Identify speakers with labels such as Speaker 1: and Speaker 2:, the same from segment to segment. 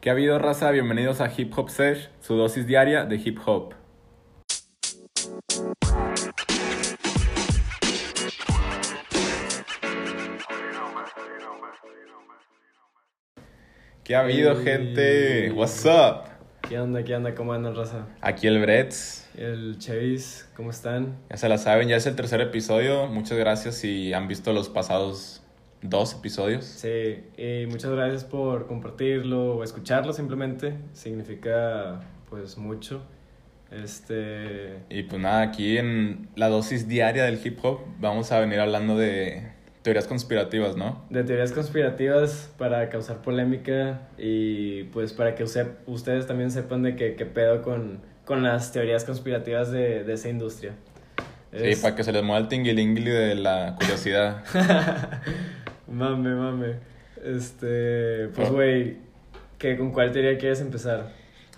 Speaker 1: ¿Qué ha habido, raza? Bienvenidos a Hip Hop Sesh, su dosis diaria de hip hop. ¿Qué ha habido,
Speaker 2: Hey.
Speaker 1: gente? What's up?
Speaker 2: ¿Qué onda? ¿Qué onda? ¿Cómo andan, raza?
Speaker 1: Aquí el Bretz.
Speaker 2: El Chevis, ¿cómo están?
Speaker 1: Ya se la saben, ya es el tercer episodio. Muchas gracias si han visto los pasados dos episodios.
Speaker 2: Sí, y muchas gracias por compartirlo o escucharlo simplemente. Significa, pues, mucho. Este.
Speaker 1: Y pues nada, aquí en la dosis diaria del hip hop vamos a venir hablando de teorías conspirativas, ¿no?
Speaker 2: De teorías conspirativas para causar polémica y, pues, para que use- ustedes también sepan de qué, qué pedo con, con las teorías conspirativas de, de esa industria.
Speaker 1: Sí, para que se les mueva el tinguilingli de la curiosidad.
Speaker 2: mame, mame. Este, pues
Speaker 1: Ah.
Speaker 2: güey, ¿qué- ¿con cuál teoría quieres empezar?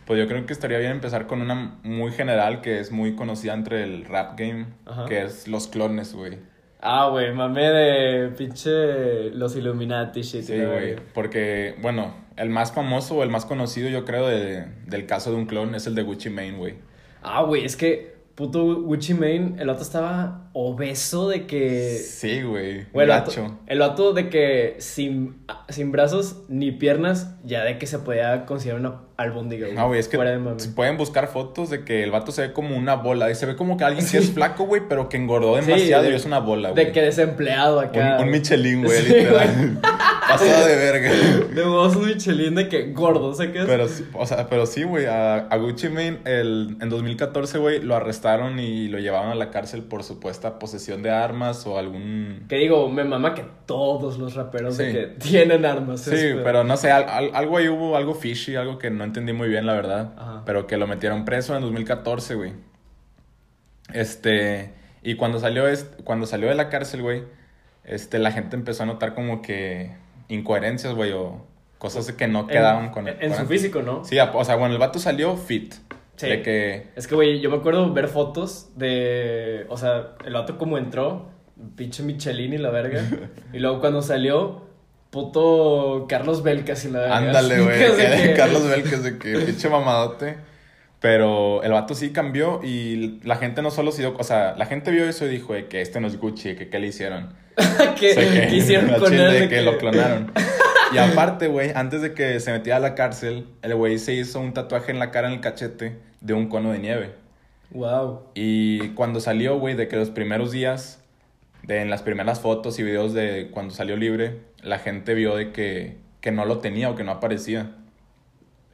Speaker 1: Pues yo creo que estaría bien empezar con una muy general que es muy conocida entre el rap game,
Speaker 2: Ajá.
Speaker 1: que es los clones, güey.
Speaker 2: Ah, güey, mame de pinche los Illuminati shit.
Speaker 1: Sí,
Speaker 2: la
Speaker 1: güey.
Speaker 2: verga.
Speaker 1: Porque, bueno, el más famoso o el más conocido, yo creo, de- del caso de un clon es el de Gucci Mane, güey.
Speaker 2: Ah, güey, es que puto Gucci Mane, el otro estaba obeso de que
Speaker 1: Sí, güey.
Speaker 2: Eh, Güey, el
Speaker 1: gacho.
Speaker 2: vato, el vato de que sin, sin brazos ni piernas, ya de que se podía considerar una albóndiga, güey.
Speaker 1: No, güey, es que
Speaker 2: Fuera de mame.
Speaker 1: se pueden buscar fotos de que el vato se ve como una bola. Y se ve como que alguien que es flaco, güey, pero que engordó
Speaker 2: Sí,
Speaker 1: demasiado
Speaker 2: de-
Speaker 1: y es una bola, güey.
Speaker 2: De que desempleado acá.
Speaker 1: Un, un Michelin, güey,
Speaker 2: Sí,
Speaker 1: literal. Pasado de verga.
Speaker 2: De voz Michelin de que gordo, ¿sabes?
Speaker 1: Pero, sí- o sea, pero sí, güey, a, a Gucci Mane el, en 2014, güey, lo arrestaron y lo llevaron a la cárcel por supuesta posesión de armas o algún...
Speaker 2: Que digo, me mama que todos los raperos de
Speaker 1: Sí.
Speaker 2: que tienen armas.
Speaker 1: Sí,
Speaker 2: ¿sabes?
Speaker 1: pero no sé, al- al- algo ahí hubo, algo fishy, algo que no entendí muy bien, la verdad.
Speaker 2: Ajá.
Speaker 1: Pero que lo metieron preso en 2014, güey. Este, y cuando salió, es- cuando salió de la cárcel, güey, este, la gente empezó a notar como que incoherencias, güey, o cosas que no
Speaker 2: En-
Speaker 1: quedaban con
Speaker 2: En,
Speaker 1: con
Speaker 2: su físico, ¿no?
Speaker 1: Sí, a- o sea, bueno, el vato salió fit.
Speaker 2: Sí.
Speaker 1: De que
Speaker 2: Es que, güey, yo me acuerdo ver fotos de. O sea, el vato como entró, pinche Michelin y la verga. y luego cuando salió, puto Carlos Belcas y la verga.
Speaker 1: Ándale, güey.
Speaker 2: O sea
Speaker 1: que-
Speaker 2: que-
Speaker 1: Carlos Velquez de que pinche mamadote. Pero el vato sí cambió y la gente no solo se dio... O sea, la gente vio eso y dijo de que este no es Gucci, que qué le hicieron.
Speaker 2: que,
Speaker 1: O sea,
Speaker 2: que hicieron
Speaker 1: al
Speaker 2: con
Speaker 1: chile
Speaker 2: él.
Speaker 1: de
Speaker 2: de
Speaker 1: que, lo clonaron. Y aparte, güey, antes de que se metiera a la cárcel, el güey se hizo un tatuaje en la cara, en el cachete, de un cono de nieve.
Speaker 2: Wow.
Speaker 1: Y cuando salió, güey, de que los primeros días, de en las primeras fotos y videos de cuando salió libre, la gente vio de que, que no lo tenía o que no aparecía.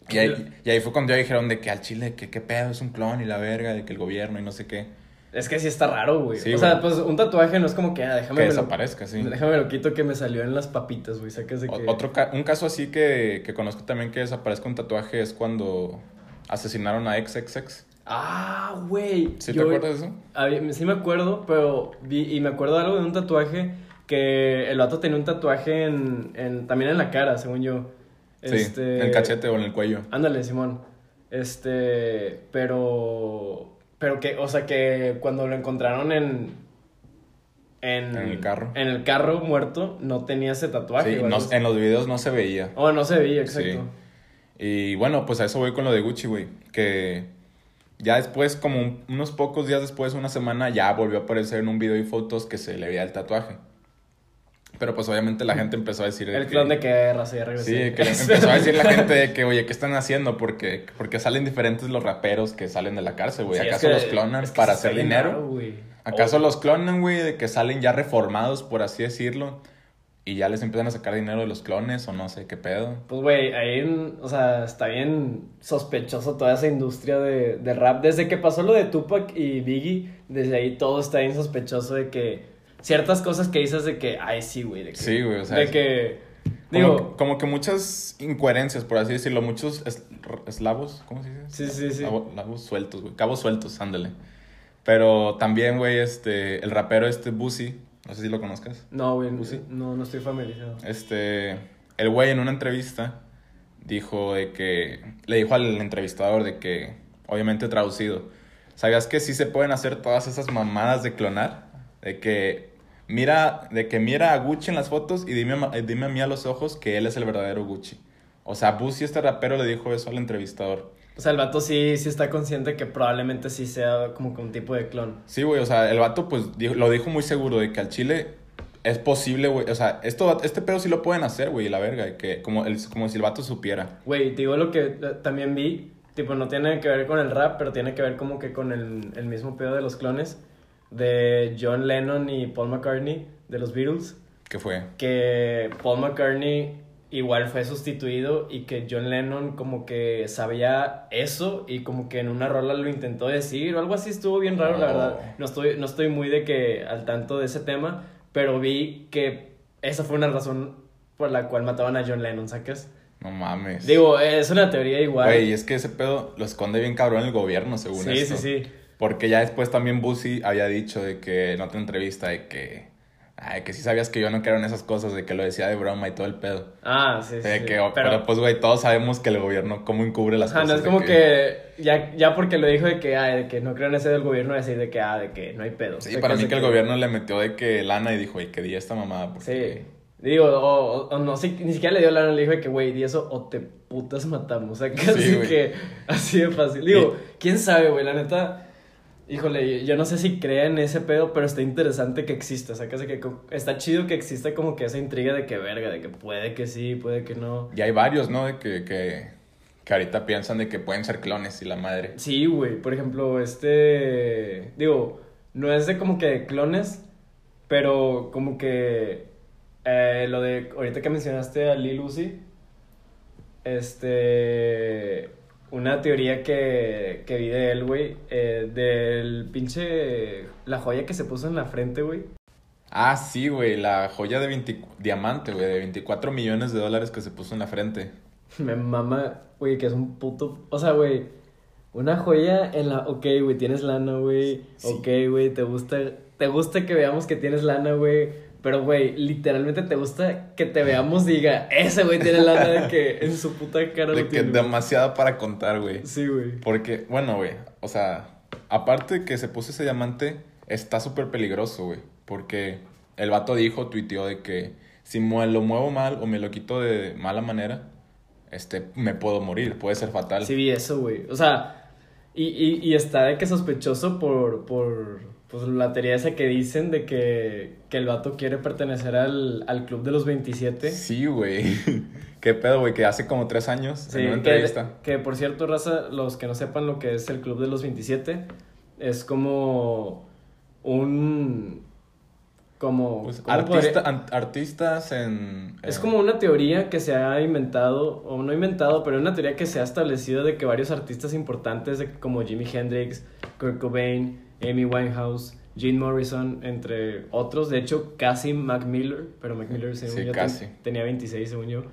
Speaker 1: Y ahí, y ahí fue cuando ya dijeron de que al Chile, que qué pedo, es un clon y la verga, de que el gobierno y no sé qué.
Speaker 2: Es que sí está raro, güey.
Speaker 1: Sí,
Speaker 2: o sea,
Speaker 1: güey.
Speaker 2: pues un tatuaje no es como que, ah, déjame.
Speaker 1: Que
Speaker 2: me lo-
Speaker 1: desaparezca, sí.
Speaker 2: Déjame lo quito que me salió en las papitas, güey. Sacas de
Speaker 1: O-
Speaker 2: que.
Speaker 1: Otro ca- un caso así que, que conozco también que desaparezca un tatuaje es cuando asesinaron a XXX.
Speaker 2: Ah, güey.
Speaker 1: ¿Sí te
Speaker 2: Yo-
Speaker 1: acuerdas de eso?
Speaker 2: A ver, sí me acuerdo, pero vi, y me acuerdo algo de un tatuaje que el vato tenía un tatuaje en, en- también en la cara, según yo.
Speaker 1: Sí,
Speaker 2: este
Speaker 1: en el cachete o en el cuello.
Speaker 2: Ándale, Simón. Este, pero pero que, o sea, que cuando lo encontraron en en,
Speaker 1: En el carro.
Speaker 2: en el carro muerto no tenía ese tatuaje.
Speaker 1: Sí,
Speaker 2: o algo
Speaker 1: no-
Speaker 2: así.
Speaker 1: en los videos no se veía.
Speaker 2: Oh, no se veía, exacto.
Speaker 1: Y bueno, pues a eso voy con lo de Gucci, güey. Que ya después, como un- unos pocos días después, una semana, ya volvió a aparecer en un video y fotos que se le veía el tatuaje. Pero pues obviamente la gente empezó a decir...
Speaker 2: El clon de que raza ya regresó.
Speaker 1: Sí, de que empezó a decir la gente de que, oye, ¿qué están haciendo? Porque, porque salen diferentes los raperos que salen de la cárcel, güey.
Speaker 2: Sí, es
Speaker 1: ¿Acaso
Speaker 2: que-
Speaker 1: los clonan
Speaker 2: es que
Speaker 1: para
Speaker 2: sí
Speaker 1: hacer
Speaker 2: está bien
Speaker 1: dinero?
Speaker 2: raro, güey.
Speaker 1: ¿Acaso
Speaker 2: O-
Speaker 1: los clonan, güey? De que salen ya reformados, por así decirlo. Y ya les empiezan a sacar dinero de los clones o no sé qué pedo.
Speaker 2: Pues, güey, ahí, en- o sea, está bien sospechoso toda esa industria de, de rap. Desde que pasó lo de Tupac y Biggie, desde ahí todo está bien sospechoso de que ciertas cosas que dices de que, ay, sí, güey. de que-
Speaker 1: Sí, güey, o sea,
Speaker 2: De
Speaker 1: es-
Speaker 2: que,
Speaker 1: Como,
Speaker 2: digo,
Speaker 1: que- como que muchas incoherencias, por así decirlo, muchos es- r- eslavos, ¿cómo se dice?
Speaker 2: Sí, sí, sí.
Speaker 1: Cabo- Labos sueltos, güey, cabos sueltos, ándale. Pero también, güey, este, el rapero este Busy, no sé si lo conozcas.
Speaker 2: no, güey, no-
Speaker 1: Pues sí.
Speaker 2: no, no estoy familiarizado.
Speaker 1: Este, el güey en una entrevista dijo de que, le dijo al entrevistador de que, obviamente traducido, ¿sabías que sí se pueden hacer todas esas mamadas de clonar? De que mira, de que mira a Gucci en las fotos y dime, a ma- dime a mí a los ojos que él es el verdadero Gucci. O sea, Busy, este rapero, le dijo eso al entrevistador.
Speaker 2: O sea, el vato sí, sí está consciente que probablemente sí sea como que un tipo de clon.
Speaker 1: Sí, güey, o sea, el vato pues dijo- lo dijo muy seguro de que al Chile es posible, güey. O sea, esto, este pedo sí lo pueden hacer, güey, la verga. de Que como, el, como si el vato supiera.
Speaker 2: Güey, te digo lo que eh, también vi. Tipo, no tiene que ver con el rap, pero tiene que ver como que con el, el mismo pedo de los clones. De John Lennon y Paul McCartney, de los Beatles.
Speaker 1: ¿Qué fue?
Speaker 2: que Paul McCartney igual fue sustituido y que John Lennon como que sabía eso y como que en una rola lo intentó decir o algo así estuvo bien raro, la
Speaker 1: No.
Speaker 2: verdad. No estoy, no estoy muy de que al tanto de ese tema, pero vi que esa fue una razón por la cual mataban a John Lennon, ¿sacas?
Speaker 1: No mames.
Speaker 2: Digo, es una teoría igual.
Speaker 1: Güey, es que ese pedo lo esconde bien cabrón el gobierno, según
Speaker 2: sí,
Speaker 1: esto.
Speaker 2: sí, sí.
Speaker 1: Porque ya después también Busy había dicho de que en otra entrevista de que. Ay, que sí sabías que yo no creo en esas cosas, de que lo decía de broma y todo el pedo.
Speaker 2: Ah, sí,
Speaker 1: O
Speaker 2: sí.
Speaker 1: sea, de
Speaker 2: sí.
Speaker 1: que, oh, pero, pues, güey, todos sabemos que el gobierno cómo encubre las
Speaker 2: Ajá,
Speaker 1: cosas.
Speaker 2: no es
Speaker 1: de
Speaker 2: como que, ya, ya porque lo dijo de que, ah, de que no creo en ese del gobierno, decir de que, ah, de que no hay pedo.
Speaker 1: Sí,
Speaker 2: Sacas
Speaker 1: para
Speaker 2: de
Speaker 1: mí que el gobierno le metió de que lana y dijo, y que di esta mamada.
Speaker 2: Sí.
Speaker 1: Porque...
Speaker 2: Digo, o, o- o no sé, ni siquiera le dio la lana, le dijo de que, güey, di eso o te putas matamos. O sea, casi
Speaker 1: güey.
Speaker 2: que así de fácil. Digo, quién sabe, güey, la neta. Híjole, yo no sé si crea en ese pedo, pero está interesante que exista. O sea, casi que co- está chido que exista como que esa intriga de que verga, de que puede que sí, puede que no.
Speaker 1: Y hay varios, ¿no? De que, que, que ahorita piensan de que pueden ser clones y la madre.
Speaker 2: Sí, güey, por ejemplo, este. Digo, no es de como que de clones, pero como que. eh, lo de. Ahorita que mencionaste a Lil Uzi. Este. Una teoría que, que vi de él, güey. eh, del pinche. La joya que se puso en la frente, güey.
Speaker 1: Ah, sí, güey, la joya de 20 diamante, güey, de 24 millones de dólares que se puso en la frente.
Speaker 2: Me mama, güey, que es un puto. O sea, güey, una joya en la. Ok, güey, tienes lana, güey.
Speaker 1: Sí.
Speaker 2: Ok, güey, te gusta. Te gusta que veamos que tienes lana, güey. Pero, güey, literalmente te gusta que te veamos diga, ese güey tiene lana de que en su puta cara
Speaker 1: de
Speaker 2: lo
Speaker 1: que
Speaker 2: tiene.
Speaker 1: demasiado para contar, güey.
Speaker 2: Sí, güey.
Speaker 1: Porque, bueno, güey, o sea, aparte de que se puso ese diamante, está súper peligroso, güey. Porque el vato dijo, tuiteó de que si mue- lo muevo mal o me lo quito de mala manera, este, me puedo morir, puede ser fatal.
Speaker 2: Sí, vi eso, güey. O sea, y, y, y está de que sospechoso por. por pues la teoría esa que dicen de que, que el vato quiere pertenecer al, al club de los 27.
Speaker 1: Sí, güey. Qué pedo, güey, que hace como tres años
Speaker 2: Sí,
Speaker 1: en una
Speaker 2: que-
Speaker 1: entrevista.
Speaker 2: Que, por cierto, raza, los que no sepan lo que es el Club de los 27, es como un... Como...
Speaker 1: Pues,
Speaker 2: ¿cómo
Speaker 1: artista,
Speaker 2: podría-
Speaker 1: an- artistas en...
Speaker 2: Es
Speaker 1: en-
Speaker 2: como una teoría que se ha inventado, o no inventado, pero una teoría que se ha establecido de que varios artistas importantes de- como Jimi Hendrix, Kurt Cobain, Amy Winehouse, Gene Morrison, entre otros. De hecho, casi Mac Miller, pero Mac Miller según
Speaker 1: Sí,
Speaker 2: yo, ten-
Speaker 1: casi.
Speaker 2: tenía 26, según yo.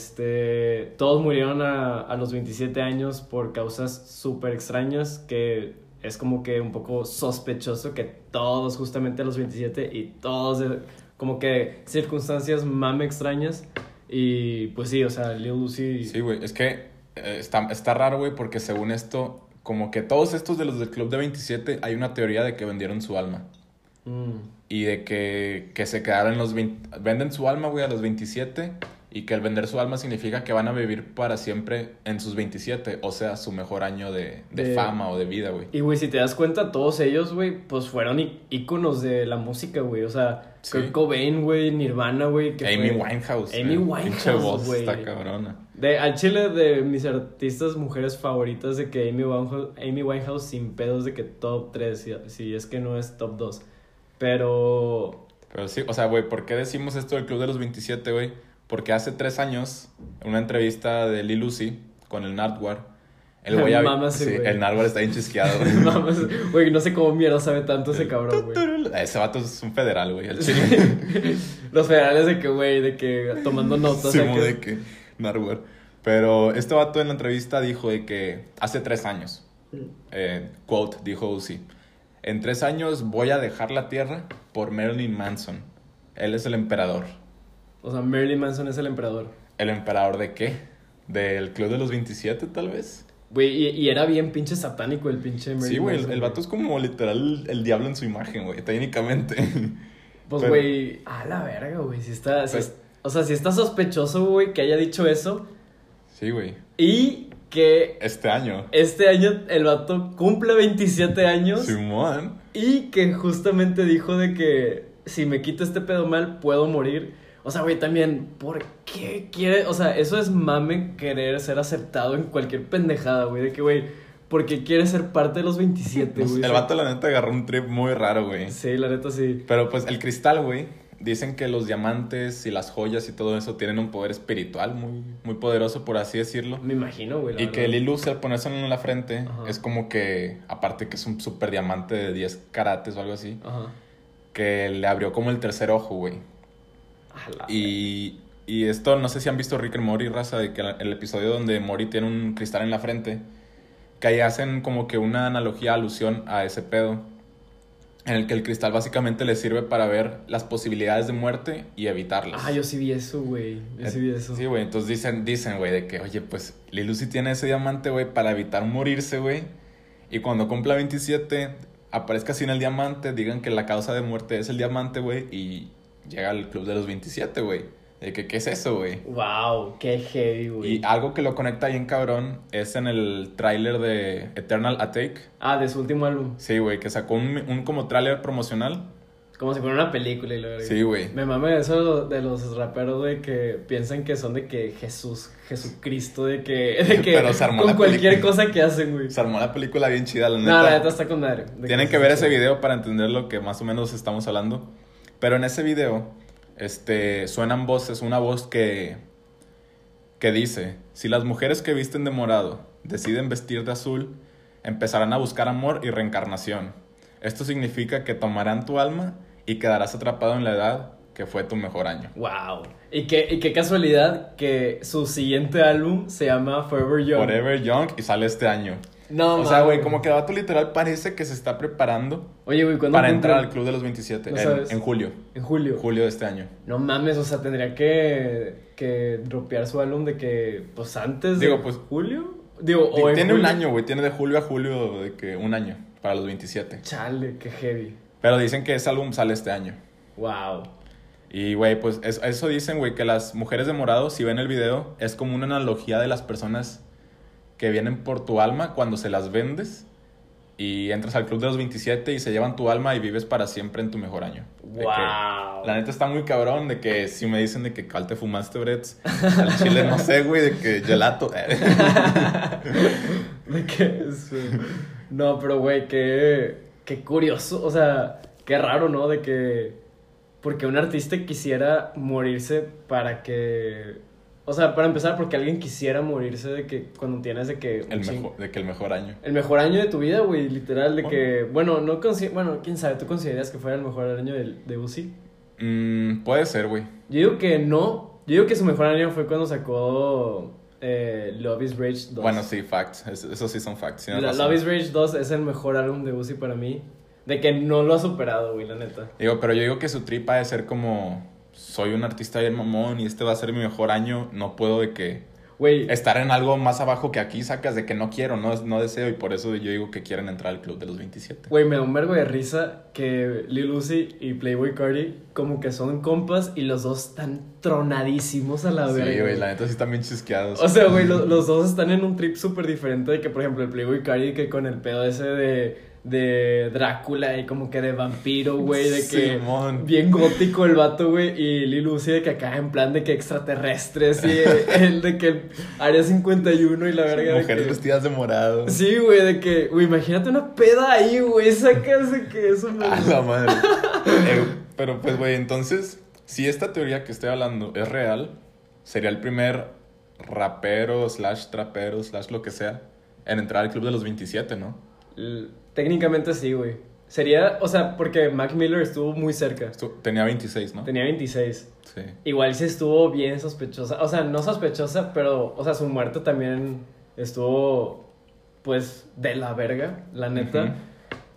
Speaker 2: Este, todos murieron a, a los 27 años por causas súper extrañas que es como que un poco sospechoso que todos justamente a los 27 y todos de- como que circunstancias mame extrañas y pues sí, o sea, Lil Uzi
Speaker 1: Sí, güey, es que eh, está, está raro, güey, porque según esto, como que todos estos de los del Club de 27, hay una teoría de que vendieron su alma.
Speaker 2: Mm,
Speaker 1: Y de que, que se quedaron los 20 Venden su alma, güey, a los 27. Y que al vender su alma significa que van a vivir para siempre en sus 27. O sea, su mejor año de, de
Speaker 2: De-
Speaker 1: fama o de vida, güey.
Speaker 2: Y, güey, si te das cuenta, todos ellos, güey, pues fueron í- íconos de la música, güey. O sea,
Speaker 1: Sí.
Speaker 2: Kurt Cobain, güey, Nirvana, güey. que
Speaker 1: Amy
Speaker 2: fue-
Speaker 1: Winehouse.
Speaker 2: Amy
Speaker 1: eh, pinche
Speaker 2: Winehouse,
Speaker 1: voz
Speaker 2: güey.
Speaker 1: Está cabrona.
Speaker 2: De, al chile de mis artistas mujeres favoritas de que Amy Winehouse, Amy Winehouse sin pedos de que top 3, si, si es que no es top 2. Pero...
Speaker 1: Pero sí, o sea, güey, ¿por qué decimos esto del Club de los 27, güey? Porque hace tres años, en una entrevista de Lil Uzi con el Nardwar, el güey... hab-
Speaker 2: Mamas,
Speaker 1: sí,
Speaker 2: güey.
Speaker 1: el Nardwar está bien chisqueado, güey.
Speaker 2: Mames, güey, no sé cómo mierda sabe tanto ese cabrón, güey.
Speaker 1: Ese vato es un federal, güey, al chile.
Speaker 2: Los federales de que, güey, de que tomando notas.
Speaker 1: Sí,
Speaker 2: de
Speaker 1: mo,
Speaker 2: que-
Speaker 1: de que Nardwar. Pero este vato en la entrevista dijo de que hace tres años, eh, quote, dijo Uzi, en tres años voy a dejar la tierra por Marilyn Manson. Él es el emperador.
Speaker 2: O sea, Marilyn Manson es el emperador.
Speaker 1: ¿El emperador de qué? ¿Del Club de los 27, tal vez?
Speaker 2: Güey, y, y era bien pinche satánico el pinche Marilyn
Speaker 1: Sí, güey, el,
Speaker 2: Manson,
Speaker 1: el vato es como literal el diablo en su imagen, güey, técnicamente.
Speaker 2: Pues,
Speaker 1: Pero-
Speaker 2: güey, a la verga, güey. Si está. sí
Speaker 1: Pero-
Speaker 2: es- o sea, si está sospechoso, güey, que haya dicho eso.
Speaker 1: Sí, güey.
Speaker 2: Y que
Speaker 1: Este año.
Speaker 2: este año el vato cumple 27 años
Speaker 1: Simón.
Speaker 2: y que justamente dijo de que si me quito este pedo mal puedo morir. O sea, güey, también, ¿por qué quiere? O sea, eso es mame querer ser aceptado en cualquier pendejada, güey. De que, güey, porque quiere ser parte de los 27, güey.
Speaker 1: El vato, la neta, agarró un trip muy raro, güey.
Speaker 2: Sí, la neta sí.
Speaker 1: Pero pues el cristal, güey. Dicen que los diamantes y las joyas y todo eso tienen un poder espiritual muy, muy poderoso, por así decirlo.
Speaker 2: Me imagino, güey. la
Speaker 1: Y
Speaker 2: verdad.
Speaker 1: que el iluso al ponérselo en la frente
Speaker 2: Ajá.
Speaker 1: es como que, aparte que es un super diamante de 10 karates o algo así,
Speaker 2: Ajá.
Speaker 1: que le abrió como el tercer ojo, güey.
Speaker 2: A la-
Speaker 1: Y, y esto, no sé si han visto Rick and Morty, raza, de que la- el episodio donde Morty tiene un cristal en la frente, que ahí hacen como que una analogía, alusión a ese pedo, en el que el cristal básicamente le sirve para ver las posibilidades de muerte y evitarlas.
Speaker 2: Ah, yo sí vi eso, güey. Yo sí vi eso.
Speaker 1: Sí, güey, entonces dicen, dicen, güey, de que, oye, pues Lil Uzi tiene ese diamante, güey, para evitar morirse, güey. Y cuando cumpla 27, aparezca sin el diamante, digan que la causa de muerte es el diamante, güey, y llega al club de los 27, güey. De que, ¿qué es eso, güey?
Speaker 2: Wow, qué heavy, güey.
Speaker 1: Y algo que lo conecta bien cabrón es en el tráiler de Eternal Attack.
Speaker 2: Ah, de su último álbum.
Speaker 1: Sí, güey, que sacó un, un como tráiler promocional.
Speaker 2: Como si fuera una película y lo verga.
Speaker 1: Sí, güey.
Speaker 2: Me mame eso de los raperos de que piensan que son de que Jesús, Jesucristo, de que. De que
Speaker 1: Pero se armó
Speaker 2: con
Speaker 1: la
Speaker 2: cualquier
Speaker 1: película.
Speaker 2: cosa que hacen, güey.
Speaker 1: Se armó la película bien chida, la neta.
Speaker 2: No, la neta está con madre. De
Speaker 1: Tienen
Speaker 2: sí
Speaker 1: que ver
Speaker 2: está
Speaker 1: ese
Speaker 2: chido.
Speaker 1: video para entender lo que más o menos estamos hablando. Pero en ese video, este, suenan voces, una voz que, que dice, si las mujeres que visten de morado deciden vestir de azul, empezarán a buscar amor y reencarnación. Esto significa que tomarán tu alma y quedarás atrapado en la edad que fue tu mejor año.
Speaker 2: Wow. Y qué, y qué casualidad que su siguiente álbum se llama Forever Young.
Speaker 1: Forever Young y sale este año.
Speaker 2: No,
Speaker 1: o sea,
Speaker 2: mames.
Speaker 1: güey, como que el vato literal parece que se está preparando
Speaker 2: Oye, güey, ¿cuándo
Speaker 1: para
Speaker 2: cumple?
Speaker 1: entrar al Club de los 27
Speaker 2: No
Speaker 1: en-
Speaker 2: sabes.
Speaker 1: en julio.
Speaker 2: En julio.
Speaker 1: Julio de este año.
Speaker 2: No mames, o sea, tendría que, que dropear su álbum de que, pues antes de
Speaker 1: Digo, pues,
Speaker 2: julio. Digo, o en
Speaker 1: tiene un
Speaker 2: julio.
Speaker 1: año, güey. Tiene de julio a julio de que un año para los 27.
Speaker 2: Chale, qué heavy.
Speaker 1: Pero dicen que ese álbum sale este año.
Speaker 2: Wow.
Speaker 1: Y, güey, pues es- eso dicen, güey, que las mujeres de morado, si ven el video, es como una analogía de las personas que vienen por tu alma cuando se las vendes y entras al club de los 27 y se llevan tu alma y vives para siempre en tu mejor año. De que-
Speaker 2: Wow.
Speaker 1: la neta está muy cabrón de que si me dicen de que cal te fumaste, Bretz, al chile no sé, güey, de que gelato.
Speaker 2: De que es, eh, No, pero güey, qué, qué curioso. O sea, qué raro, ¿no? De que. Porque un artista quisiera morirse para que. O sea, para empezar, porque alguien quisiera morirse de que cuando tienes de que. un
Speaker 1: El
Speaker 2: chingo-
Speaker 1: mejor, de que el mejor año.
Speaker 2: El mejor año de tu vida, güey, literal, de que, bueno, no consi- bueno, quién sabe, ¿tú consideras que fuera el mejor año del- de, Uzi?
Speaker 1: Mm, puede ser, güey.
Speaker 2: Yo digo que no, yo digo que su mejor año fue cuando sacó eh, Love is Rage 2.
Speaker 1: Bueno, sí, facts. Es- eso sí son facts. tienes
Speaker 2: La-
Speaker 1: razón.
Speaker 2: Love is Rage 2 es el mejor álbum de Uzi para mí, de que no lo ha superado, güey, la neta.
Speaker 1: Digo, pero yo digo que su tripa de ser como... Soy un artista bien mamón y este va a ser mi mejor año. No puedo de que...
Speaker 2: Güey,
Speaker 1: Estar en algo más abajo que aquí sacas de que no quiero, no, no deseo. Y por eso yo digo que quieren entrar al club de los 27.
Speaker 2: Güey, me da un vergo de risa que Lil Uzi y Playboy Cardi como que son compas y los dos están tronadísimos a la
Speaker 1: sí,
Speaker 2: verga.
Speaker 1: güey, la neta sí están bien chisqueados.
Speaker 2: O sea, güey, lo- los dos están en un trip súper diferente de que, por ejemplo, el Playboy Cardi que con el pedo ese de, de Drácula y como que de vampiro, güey, de que
Speaker 1: Simón.
Speaker 2: bien gótico el vato, güey, y Lil Uzi de que acá en plan de que extraterrestres y el de que el Área 51 y la verga de
Speaker 1: Mujeres
Speaker 2: que-
Speaker 1: vestidas de morado.
Speaker 2: Sí, güey, de que, güey, imagínate una peda ahí, güey, sacas de que eso me...
Speaker 1: A la madre. Eh, pero pues, güey, entonces, si esta teoría que estoy hablando es real, sería el primer rapero, slash trapero, slash lo que sea, en entrar al club de los 27, ¿no?
Speaker 2: L- Técnicamente sí, güey. Sería, o sea, porque Mac Miller estuvo muy cerca.
Speaker 1: Esto- tenía 26, ¿no?
Speaker 2: Tenía 26.
Speaker 1: Sí.
Speaker 2: Igual sí estuvo bien sospechosa. O sea, no sospechosa, pero, o sea, su muerte también estuvo, pues, de la verga, la neta.
Speaker 1: Ujú.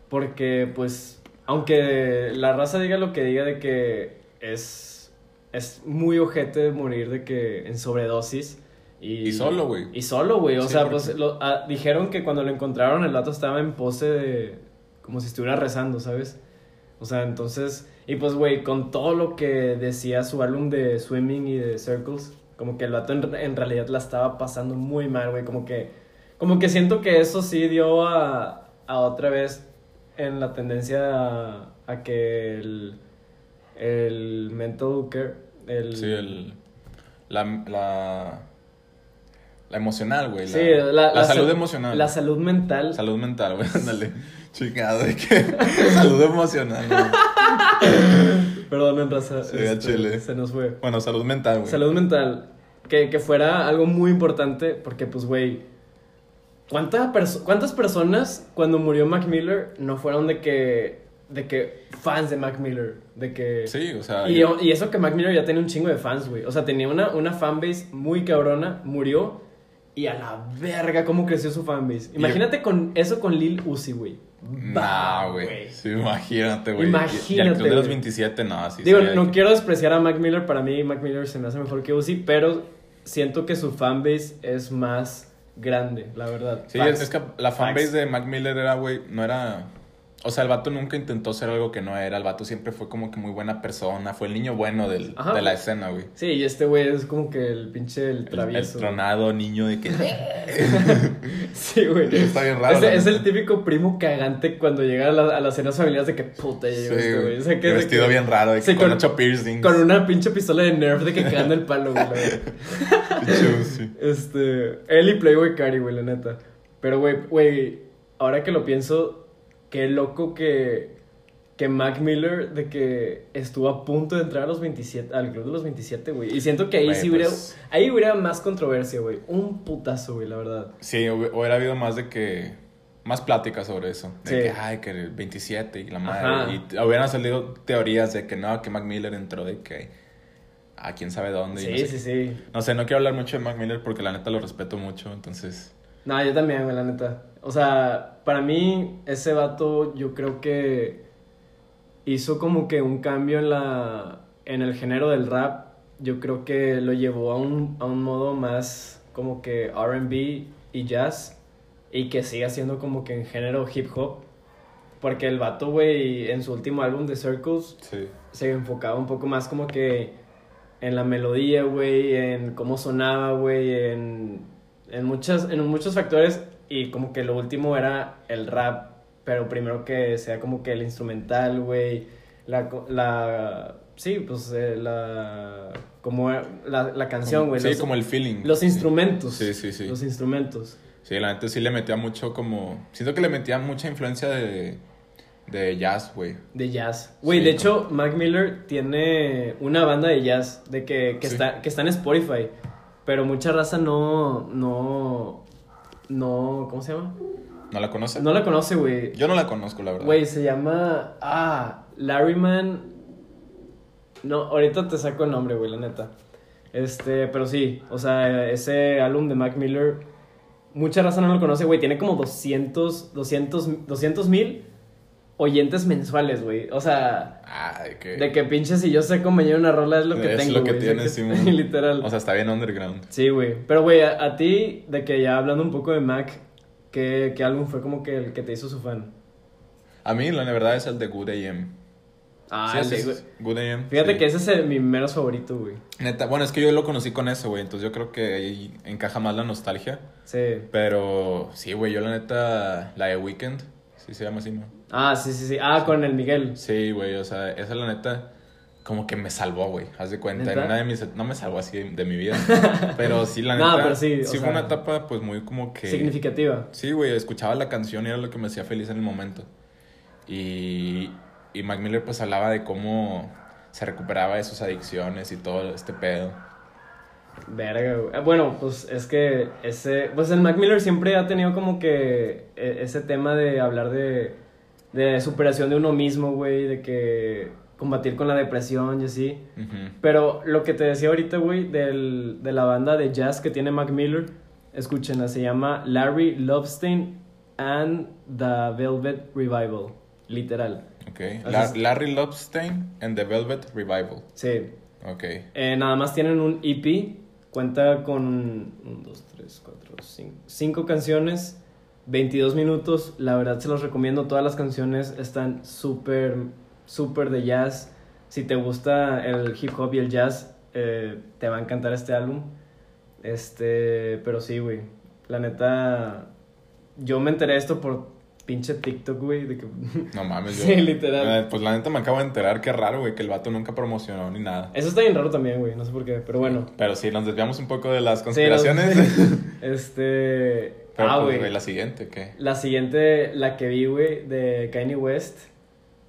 Speaker 2: Porque, pues, aunque la raza diga lo que diga de que es, es muy ojete morir de que en sobredosis. Y,
Speaker 1: Y solo, güey.
Speaker 2: Y solo, güey. O
Speaker 1: Sí,
Speaker 2: sea,
Speaker 1: porque-
Speaker 2: pues, lo- ah, dijeron que cuando lo encontraron el vato estaba en pose de... como si estuviera rezando, ¿sabes? O sea, entonces, y pues, güey, con todo lo que decía su álbum de Swimming y de Circles, Como que el vato en, en realidad la estaba pasando muy mal, güey. Como que, como que siento que eso sí dio a, a otra vez en la tendencia a, a que el, el mental care, el...
Speaker 1: Sí, el, la, la, la emocional, güey. La,
Speaker 2: Sí, la,
Speaker 1: la
Speaker 2: la
Speaker 1: salud
Speaker 2: sa-
Speaker 1: emocional.
Speaker 2: La salud mental.
Speaker 1: Salud mental, güey, ándale. Chingado, de que salud emocional, güey.
Speaker 2: Perdón, raza. este,
Speaker 1: Sí, a Chile.
Speaker 2: Se nos fue.
Speaker 1: Bueno, salud mental, güey.
Speaker 2: Salud mental. Que, que fuera algo muy importante porque, pues, güey, ¿cuánta perso- ¿cuántas personas cuando murió Mac Miller no fueron de que, de que fans de Mac Miller? De que...
Speaker 1: Sí, o sea.
Speaker 2: Y, y eso que Mac Miller ya tenía un chingo de fans, güey. O sea, tenía una, una fanbase muy cabrona, murió y a la verga cómo creció su fanbase.
Speaker 1: Y-
Speaker 2: Imagínate con eso con Lil Uzi, güey.
Speaker 1: Nah,
Speaker 2: Bah,
Speaker 1: güey. Sí, imagínate, güey.
Speaker 2: Imagínate,
Speaker 1: Y, y al club de los
Speaker 2: güey.
Speaker 1: 27, no, así
Speaker 2: Digo,
Speaker 1: sería de
Speaker 2: no
Speaker 1: que-
Speaker 2: quiero despreciar a Mac Miller, para mí Mac Miller se me hace mejor que Uzi, pero siento que su fanbase es más grande, la verdad.
Speaker 1: Sí,
Speaker 2: Facts.
Speaker 1: es, es que la fanbase
Speaker 2: Facts.
Speaker 1: de Mac Miller era, güey, no era... O sea, el vato nunca intentó ser algo que no era. El vato siempre fue como que muy buena persona. Fue el niño bueno del,
Speaker 2: Ajá,
Speaker 1: de la
Speaker 2: güey.
Speaker 1: escena, güey.
Speaker 2: Sí, y este güey es como que el pinche el
Speaker 1: El, el
Speaker 2: travieso.
Speaker 1: tronado niño de que...
Speaker 2: sí, güey.
Speaker 1: Está bien raro,
Speaker 2: Es,
Speaker 1: la
Speaker 2: es
Speaker 1: neta.
Speaker 2: el típico primo cagante cuando llega a, la- a las cenas familiares de que puta ya
Speaker 1: Sí,
Speaker 2: llegó este güey.
Speaker 1: güey.
Speaker 2: O sea, que- de
Speaker 1: vestido
Speaker 2: que-
Speaker 1: bien raro, de que
Speaker 2: Sí,
Speaker 1: con,
Speaker 2: con-
Speaker 1: ocho piercings.
Speaker 2: Con una pinche pistola de Nerf de que cagando el palo, güey. la verdad.
Speaker 1: Pichu, sí.
Speaker 2: Este, él y Playboy Cari, güey, la neta. Pero, güey, güey, ahora que lo pienso, qué loco que, que Mac Miller de que estuvo a punto de entrar a los 27, al club de los 27, güey. Y siento que ahí
Speaker 1: Güey,
Speaker 2: sí hubiera,
Speaker 1: pues.
Speaker 2: ahí hubiera más controversia, güey. Un putazo, güey, la verdad.
Speaker 1: Sí, hubi- hubiera habido más de que... Más pláticas sobre eso. De
Speaker 2: Sí.
Speaker 1: que, ay, que el 27 y la madre.
Speaker 2: Ajá.
Speaker 1: Y t- hubieran salido teorías de que no, que Mac Miller entró de que... A quién sabe dónde. y
Speaker 2: Sí,
Speaker 1: no sé
Speaker 2: sí, sí.
Speaker 1: No sé, no quiero hablar mucho de Mac Miller porque la neta lo respeto mucho, entonces...
Speaker 2: No, yo también, güey, la neta. O sea, para mí, ese vato, yo creo que hizo como que un cambio en la. en el género del rap. Yo creo que lo llevó a un, a un modo más como que RB y jazz. Y que siga siendo como que en género hip hop. Porque el vato, güey, en su último álbum de Circles,
Speaker 1: Sí.
Speaker 2: se enfocaba un poco más como que en la melodía, güey, en cómo sonaba, güey, en, en, muchas, en muchos factores y como que lo último era el rap, pero primero que sea como que el instrumental, güey, la, co- la, sí, pues eh, la, como la, la canción, güey,
Speaker 1: Sí,
Speaker 2: los,
Speaker 1: como el feeling.
Speaker 2: los
Speaker 1: Sí.
Speaker 2: instrumentos,
Speaker 1: Sí, sí, sí.
Speaker 2: los instrumentos,
Speaker 1: Sí, la neta sí le metía mucho como... Siento que le metía mucha influencia de, de jazz, güey.
Speaker 2: de jazz. Güey,
Speaker 1: Sí,
Speaker 2: de
Speaker 1: como-
Speaker 2: hecho, Mac Miller tiene una banda de jazz de que, que,
Speaker 1: Sí.
Speaker 2: está, que está en Spotify, pero mucha raza no, no, no, ¿cómo se llama?
Speaker 1: ¿No la conoces?
Speaker 2: No la conoce, güey.
Speaker 1: Yo no la conozco, la verdad.
Speaker 2: Güey, se llama, ah, Larryman. No, ahorita te saco el nombre, güey, la neta. Este, pero sí, o sea, ese álbum de Mac Miller, mucha raza no lo conoce, güey, tiene como 200, 200, 200 mil oyentes mensuales, güey. O sea,
Speaker 1: Ah, de que...
Speaker 2: de que pinches si yo sé acompañar una rola es lo que
Speaker 1: es
Speaker 2: tengo.
Speaker 1: lo que
Speaker 2: güey, es
Speaker 1: tiene,
Speaker 2: que-
Speaker 1: Simón.
Speaker 2: Literal.
Speaker 1: O sea, está bien underground.
Speaker 2: sí, güey. Pero, güey, a, a ti, de que ya hablando un poco de Mac, ¿qué, qué álbum fue como que el que te hizo su fan?
Speaker 1: A mí, la verdad, es el de Good AM.
Speaker 2: Ah,
Speaker 1: Sí,
Speaker 2: el
Speaker 1: sí,
Speaker 2: de-
Speaker 1: sí,
Speaker 2: güey.
Speaker 1: Good AM.
Speaker 2: Fíjate
Speaker 1: sí.
Speaker 2: que ese es el- mi menos favorito, güey.
Speaker 1: Neta, bueno, es que yo lo conocí con eso, güey, entonces yo creo que ahí encaja más la nostalgia.
Speaker 2: Sí.
Speaker 1: Pero sí, güey, yo la neta, la de Weekend, sí se llama así, ¿no?
Speaker 2: Ah, sí, sí, sí. Ah, con el Miguel.
Speaker 1: Sí, güey, o sea, esa la neta como que me salvó, güey. Haz de cuenta, en
Speaker 2: ¿Neta?
Speaker 1: una de mis no me salvó así de, de mi vida, pero sí la
Speaker 2: No,
Speaker 1: neta.
Speaker 2: pero sí, o
Speaker 1: sí fue
Speaker 2: sea,
Speaker 1: una etapa pues muy como que
Speaker 2: Significativa.
Speaker 1: Sí, güey, escuchaba la canción y era lo que me hacía feliz en el momento. Y y Mac Miller pues hablaba de cómo se recuperaba de sus adicciones y todo este pedo.
Speaker 2: Verga, güey. Ah, Bueno, pues es que ese. Pues el Mac Miller siempre ha tenido como que e- ese tema de hablar de, de superación de uno mismo, güey, de que combatir con la depresión y así.
Speaker 1: Ujú.
Speaker 2: Pero lo que te decía ahorita, güey, del, de la banda de jazz que tiene Mac Miller, escúchenla, se llama Larry Lovestein and the Velvet Revival, literal.
Speaker 1: Okay.
Speaker 2: Así
Speaker 1: La-
Speaker 2: es.
Speaker 1: Larry Lobstein and the Velvet Revival.
Speaker 2: Sí,
Speaker 1: Okay.
Speaker 2: Eh, nada más tienen un EP, cuenta con 1, 2, 3, 4, 5, canciones, 22 minutos, la verdad se los recomiendo, todas las canciones están súper, súper de jazz, si te gusta el hip hop y el jazz, eh, te va a encantar este álbum. Este, pero sí, güey. La neta, yo me enteré de esto por pinche TikTok, güey. De que...
Speaker 1: No mames, yo.
Speaker 2: sí, literal.
Speaker 1: Eh, Pues la neta me acabo de enterar, qué raro, güey, que el vato nunca promocionó ni nada.
Speaker 2: Eso está bien raro también, güey. No sé por qué, pero bueno.
Speaker 1: Pero sí, nos desviamos un poco de las
Speaker 2: Sí, no sé.
Speaker 1: conspiraciones.
Speaker 2: este.
Speaker 1: Pero
Speaker 2: ah,
Speaker 1: pues,
Speaker 2: güey.
Speaker 1: güey, la
Speaker 2: la...
Speaker 1: siguiente, ¿qué?
Speaker 2: siguiente, la que vi, güey, de Kanye West.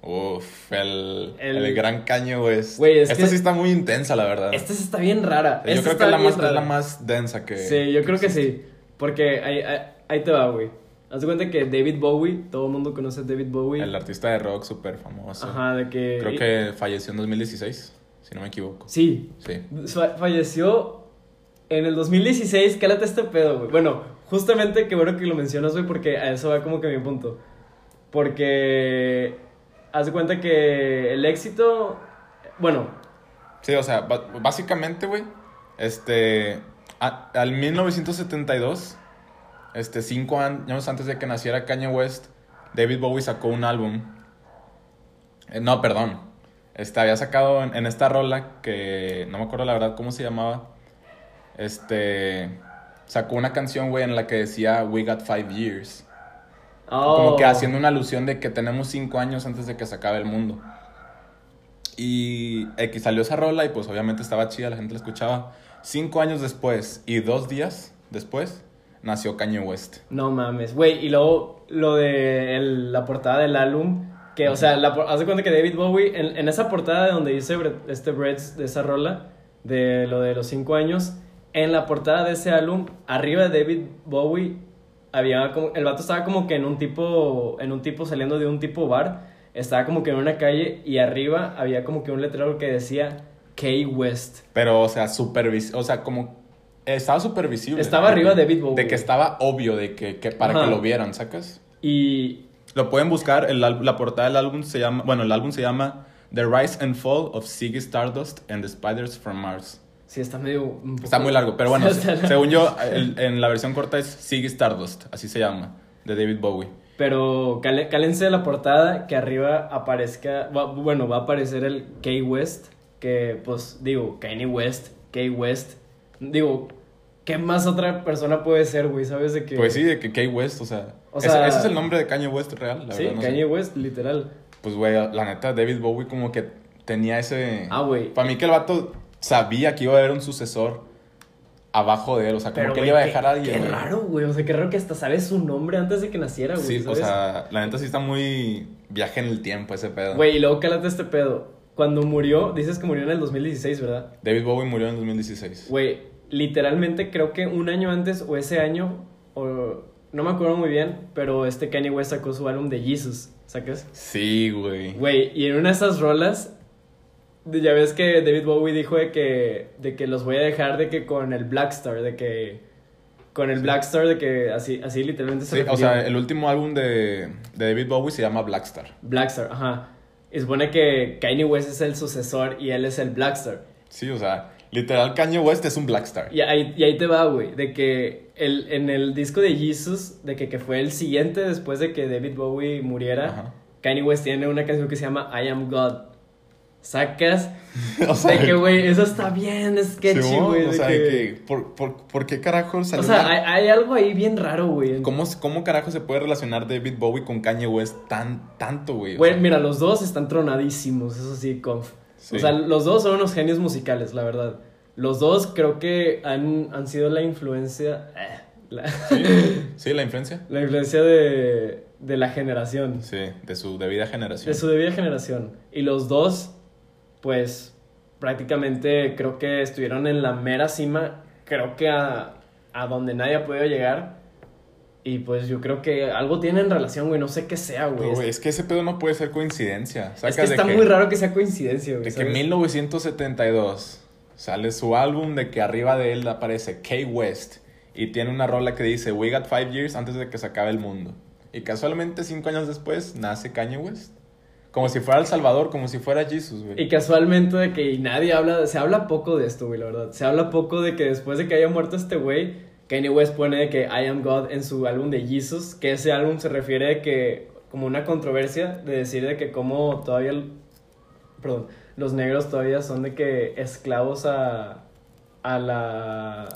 Speaker 1: Uf, el,
Speaker 2: El-
Speaker 1: el, gran caño, güey. es-
Speaker 2: Güey, es
Speaker 1: Esta
Speaker 2: que-
Speaker 1: sí está muy intensa, la verdad.
Speaker 2: Esta sí está bien rara.
Speaker 1: Ah. yo
Speaker 2: Esta
Speaker 1: creo que
Speaker 2: está
Speaker 1: es la,
Speaker 2: bien
Speaker 1: más, es la
Speaker 2: rara.
Speaker 1: más densa que.
Speaker 2: Sí, yo creo que sí. Porque ahí, ahí, ahí te va, güey. Haz de cuenta que David Bowie, todo el mundo conoce a David Bowie.
Speaker 1: El artista de rock súper famoso.
Speaker 2: Ajá, de que.
Speaker 1: Creo que falleció en 2016, si no me equivoco.
Speaker 2: Sí,
Speaker 1: Sí.
Speaker 2: fa- falleció en el 2016. Cálate este pedo, güey. Bueno, justamente que bueno que lo mencionas, güey, porque a eso va como que mi punto. Porque. Haz de cuenta que el éxito. Bueno,
Speaker 1: Sí, o sea, ba- básicamente, güey, este, a- al 1972, este, cinco an- años antes de que naciera Kanye West, David Bowie sacó un álbum. Eh, no, perdón. Este, había sacado en, en esta rola que no me acuerdo la verdad cómo se llamaba. Este, sacó una canción, güey, en la que decía We Got Five Years. Como
Speaker 2: oh,
Speaker 1: que haciendo una alusión de que tenemos cinco años antes de que se acabe el mundo. Y X salió esa rola y pues obviamente estaba chida, la gente la escuchaba. Cinco años después y dos días después nació Kanye West.
Speaker 2: No mames, güey, y luego lo de el- la portada del álbum, que, o sea, la, por- haz de cuenta que David Bowie, en, en esa portada de donde dice Bre- este Breads de esa rola, de lo de los cinco años, en la portada de ese álbum, arriba de David Bowie, había como, el vato estaba como que en un tipo, en un tipo saliendo de un tipo bar, estaba como que en una calle y arriba había como que un letrero que decía K West.
Speaker 1: Pero, o sea, supervis o sea, como estaba supervisible.
Speaker 2: Estaba arriba David Bowie.
Speaker 1: De que estaba obvio de que, que para
Speaker 2: Ajá.
Speaker 1: que lo vieran, ¿sacas?
Speaker 2: Y,
Speaker 1: Lo pueden buscar, el al- la portada del álbum se llama, bueno, el álbum se llama The Rise and Fall of Ziggy Stardust and the Spiders from Mars.
Speaker 2: sí, está medio... un
Speaker 1: Está
Speaker 2: poco-
Speaker 1: muy largo, pero bueno,
Speaker 2: Está largo.
Speaker 1: según yo, el- en la versión corta es Ziggy Stardust, así se llama, de David Bowie.
Speaker 2: Pero cale- cálense la portada que arriba aparezca, va- bueno, va a aparecer el Kanye West, que pues digo, Kanye West, Kanye West, digo, ¿qué más otra persona puede ser, güey? ¿Sabes de qué?
Speaker 1: Pues sí, de que Kanye West, o sea,
Speaker 2: O
Speaker 1: ese-
Speaker 2: sea-
Speaker 1: ese, es el nombre de Kanye West real, la
Speaker 2: Sí,
Speaker 1: verdad. no sé.
Speaker 2: Kanye West, literal.
Speaker 1: Pues güey, la neta, David Bowie como que tenía ese...
Speaker 2: Ah, güey.
Speaker 1: Para mí que el vato sabía que iba a haber un sucesor abajo de él, o sea, como que
Speaker 2: güey,
Speaker 1: le iba a
Speaker 2: qué-
Speaker 1: dejar a alguien.
Speaker 2: Qué
Speaker 1: güey.
Speaker 2: raro, güey, o sea, qué raro que hasta sabes su nombre antes de que naciera, güey,
Speaker 1: Sí, o
Speaker 2: ¿sabes?
Speaker 1: sea, la neta sí está muy viaje en el tiempo ese pedo.
Speaker 2: Güey, y luego cálate este pedo. Cuando murió, dices que murió en el 2016, ¿verdad?
Speaker 1: David Bowie murió en 2016.
Speaker 2: Güey, literalmente creo que un año antes o ese año, o no me acuerdo muy bien, pero este Kanye West sacó su álbum de Jesus, ¿sacas?
Speaker 1: Sí, güey.
Speaker 2: Güey, y en una de esas rolas, de- ya ves que David Bowie dijo de que, de que los voy a dejar de que con el Black Star, de que con el Black Star, de que así, así literalmente se
Speaker 1: Sí, o
Speaker 2: refirió.
Speaker 1: sea, el último álbum de, de David Bowie se llama Blackstar.
Speaker 2: Black Star, ajá. Y supone que Kanye West es el sucesor y él es el Black Star.
Speaker 1: Sí, o sea, literal Kanye West es un blackstar.
Speaker 2: Y ahí, y ahí te va, güey, de que el, en el disco de Jesus, de que, que fue el siguiente después de que David Bowie muriera,
Speaker 1: Ajá.
Speaker 2: Kanye West tiene una canción que se llama I Am God. Sacas
Speaker 1: O
Speaker 2: de que, güey, eso está bien sketchy,
Speaker 1: Simón,
Speaker 2: güey.
Speaker 1: o
Speaker 2: de
Speaker 1: sea,
Speaker 2: que-
Speaker 1: de que, ¿por, por, por qué carajo
Speaker 2: O
Speaker 1: salió
Speaker 2: sea,
Speaker 1: una-
Speaker 2: hay, hay algo ahí bien raro, güey.
Speaker 1: ¿Cómo, ¿Cómo carajo se puede relacionar David Bowie con Kanye West tan, tanto, güey? O
Speaker 2: Güey,
Speaker 1: sea,
Speaker 2: mira, los dos están tronadísimos, eso sí, conf.
Speaker 1: Sí.
Speaker 2: O sea, los dos son unos genios musicales, la verdad. Los dos creo que han, han sido la influencia... eh, la-
Speaker 1: Sí, sí, la influencia.
Speaker 2: La influencia de, de la generación,
Speaker 1: Sí, de su debida generación.
Speaker 2: de su debida generación. Y los dos, pues prácticamente creo que estuvieron en la mera cima, creo que a, a donde nadie ha podido llegar. Y pues yo creo que algo tienen relación, güey, no sé qué sea, güey.
Speaker 1: Pero, güey, es que ese pedo no puede ser coincidencia.
Speaker 2: es
Speaker 1: Sacas
Speaker 2: que está
Speaker 1: de que,
Speaker 2: muy raro que sea coincidencia, güey.
Speaker 1: De que
Speaker 2: ¿sabes?
Speaker 1: 1972 sale su álbum de que arriba de él aparece Kay West y tiene una rola que dice We got five years antes de que se acabe el mundo. Y casualmente cinco años después nace Kanye West. Como si fuera El Salvador, como si fuera Jesus,
Speaker 2: Y
Speaker 1: güey.
Speaker 2: casualmente de que nadie habla, se habla poco de esto, güey, la verdad. Se habla poco de que después de que haya muerto este güey, Kanye West pone de que I Am God en su álbum de Jesus, que ese álbum se refiere de que como una controversia de decir de que como todavía perdón, los negros todavía son de que esclavos a, a, la,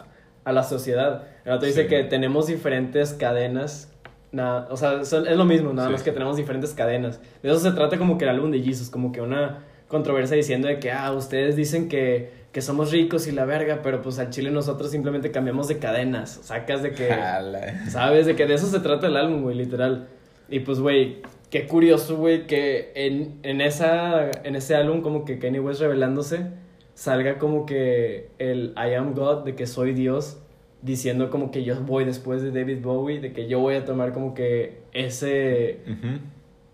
Speaker 2: a la sociedad. El otro dice
Speaker 1: Sí.
Speaker 2: que tenemos diferentes cadenas. Nada, o sea, son- es lo mismo, nada
Speaker 1: Sí.
Speaker 2: más que tenemos diferentes cadenas. De eso se trata como que el álbum de Jesus, como que una controversia diciendo de que, ah, ustedes dicen que, que somos ricos y la verga, pero pues al chile nosotros simplemente cambiamos de cadenas. Sacas de que...
Speaker 1: Jala.
Speaker 2: ¿Sabes? De que de eso se trata el álbum, güey, literal. Y pues, güey, qué curioso, güey, que en, en, esa, en ese álbum, como que Kanye West revelándose, salga como que el I am God, de que soy Dios, diciendo como que yo voy después de David Bowie, de que yo voy a tomar como que ese,
Speaker 1: Ujú.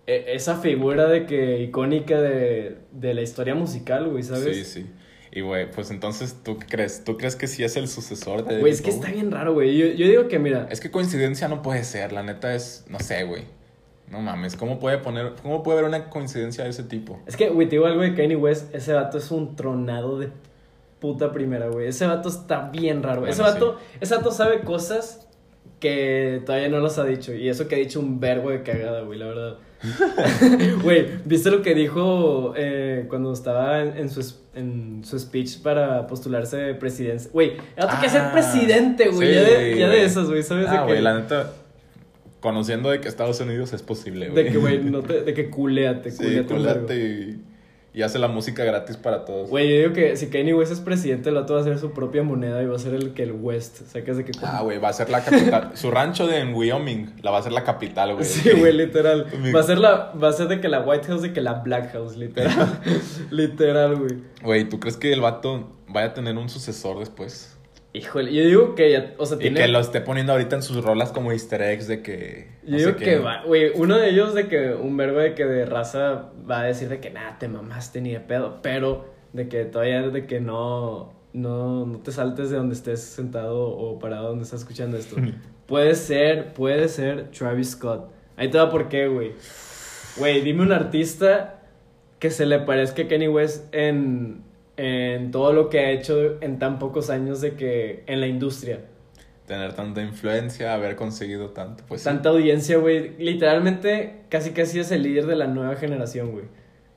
Speaker 2: e- esa figura de que icónica de, de la historia musical, güey, ¿sabes?
Speaker 1: Sí, sí. Y, güey, pues entonces, ¿tú qué crees? ¿Tú crees que sí es el sucesor de
Speaker 2: Güey, es
Speaker 1: David
Speaker 2: que
Speaker 1: Bowie?
Speaker 2: está bien raro, güey. Yo, yo digo que, mira,
Speaker 1: Es que coincidencia no puede ser, la neta es, no sé, güey. No mames, ¿cómo puede poner, cómo puede haber una coincidencia de ese tipo?
Speaker 2: Es que, güey, te digo algo de Kanye West. Ese vato es un tronado de puta primera, güey. Ese vato está bien raro. ese,
Speaker 1: Bueno,
Speaker 2: vato, ese vato sabe cosas que todavía no las ha dicho. Y eso que ha dicho un verbo de cagada, güey, la verdad. Güey, ¿viste lo que dijo eh, cuando estaba en, en su, es- en su speech para postularse de presidencia? Güey, el vato quiere ser
Speaker 1: Ah,
Speaker 2: presidente, güey.
Speaker 1: sí,
Speaker 2: ya de, ya de
Speaker 1: güey.
Speaker 2: esas, güey, ¿sabes? de
Speaker 1: Ah,
Speaker 2: que-
Speaker 1: güey, la neta, conociendo de que Estados Unidos es posible, güey.
Speaker 2: de que, güey, no te- de que culéate,
Speaker 1: Sí,
Speaker 2: culéate un vergo.
Speaker 1: colate y, y hace la música gratis para todos.
Speaker 2: Güey, yo digo que si Kanye West es presidente, el vato va a hacer su propia moneda y va a ser el que el West. O sea, que es de que.
Speaker 1: Ah, güey, va a ser la capital. Su rancho de en Wyoming la va a ser la capital, güey.
Speaker 2: sí, güey, literal.
Speaker 1: Mi-
Speaker 2: Va a ser la, va a ser de que la White House de que la Black House, literal. literal, güey.
Speaker 1: Güey, ¿tú crees que el vato vaya a tener un sucesor después?
Speaker 2: Híjole, yo digo que ya, o sea,
Speaker 1: Y
Speaker 2: tiene.
Speaker 1: que lo esté poniendo ahorita en sus rolas como easter eggs de que...
Speaker 2: Yo
Speaker 1: no sé
Speaker 2: digo que
Speaker 1: qué.
Speaker 2: va, güey, uno de ellos de que un verbo de que de raza va a decir de que nada, te mamaste ni de pedo, pero de que todavía de que no, no, no te saltes de donde estés sentado o parado donde estás escuchando esto. puede ser, puede ser Travis Scott. Ahí te va por qué, güey. Güey, dime un artista que se le parezca a Kanye West en, en todo lo que ha hecho en tan pocos años de que en la industria.
Speaker 1: Tener tanta influencia, haber conseguido tanto. Pues sí.
Speaker 2: Tanta audiencia, güey. Literalmente, casi casi es el líder de la nueva generación, güey.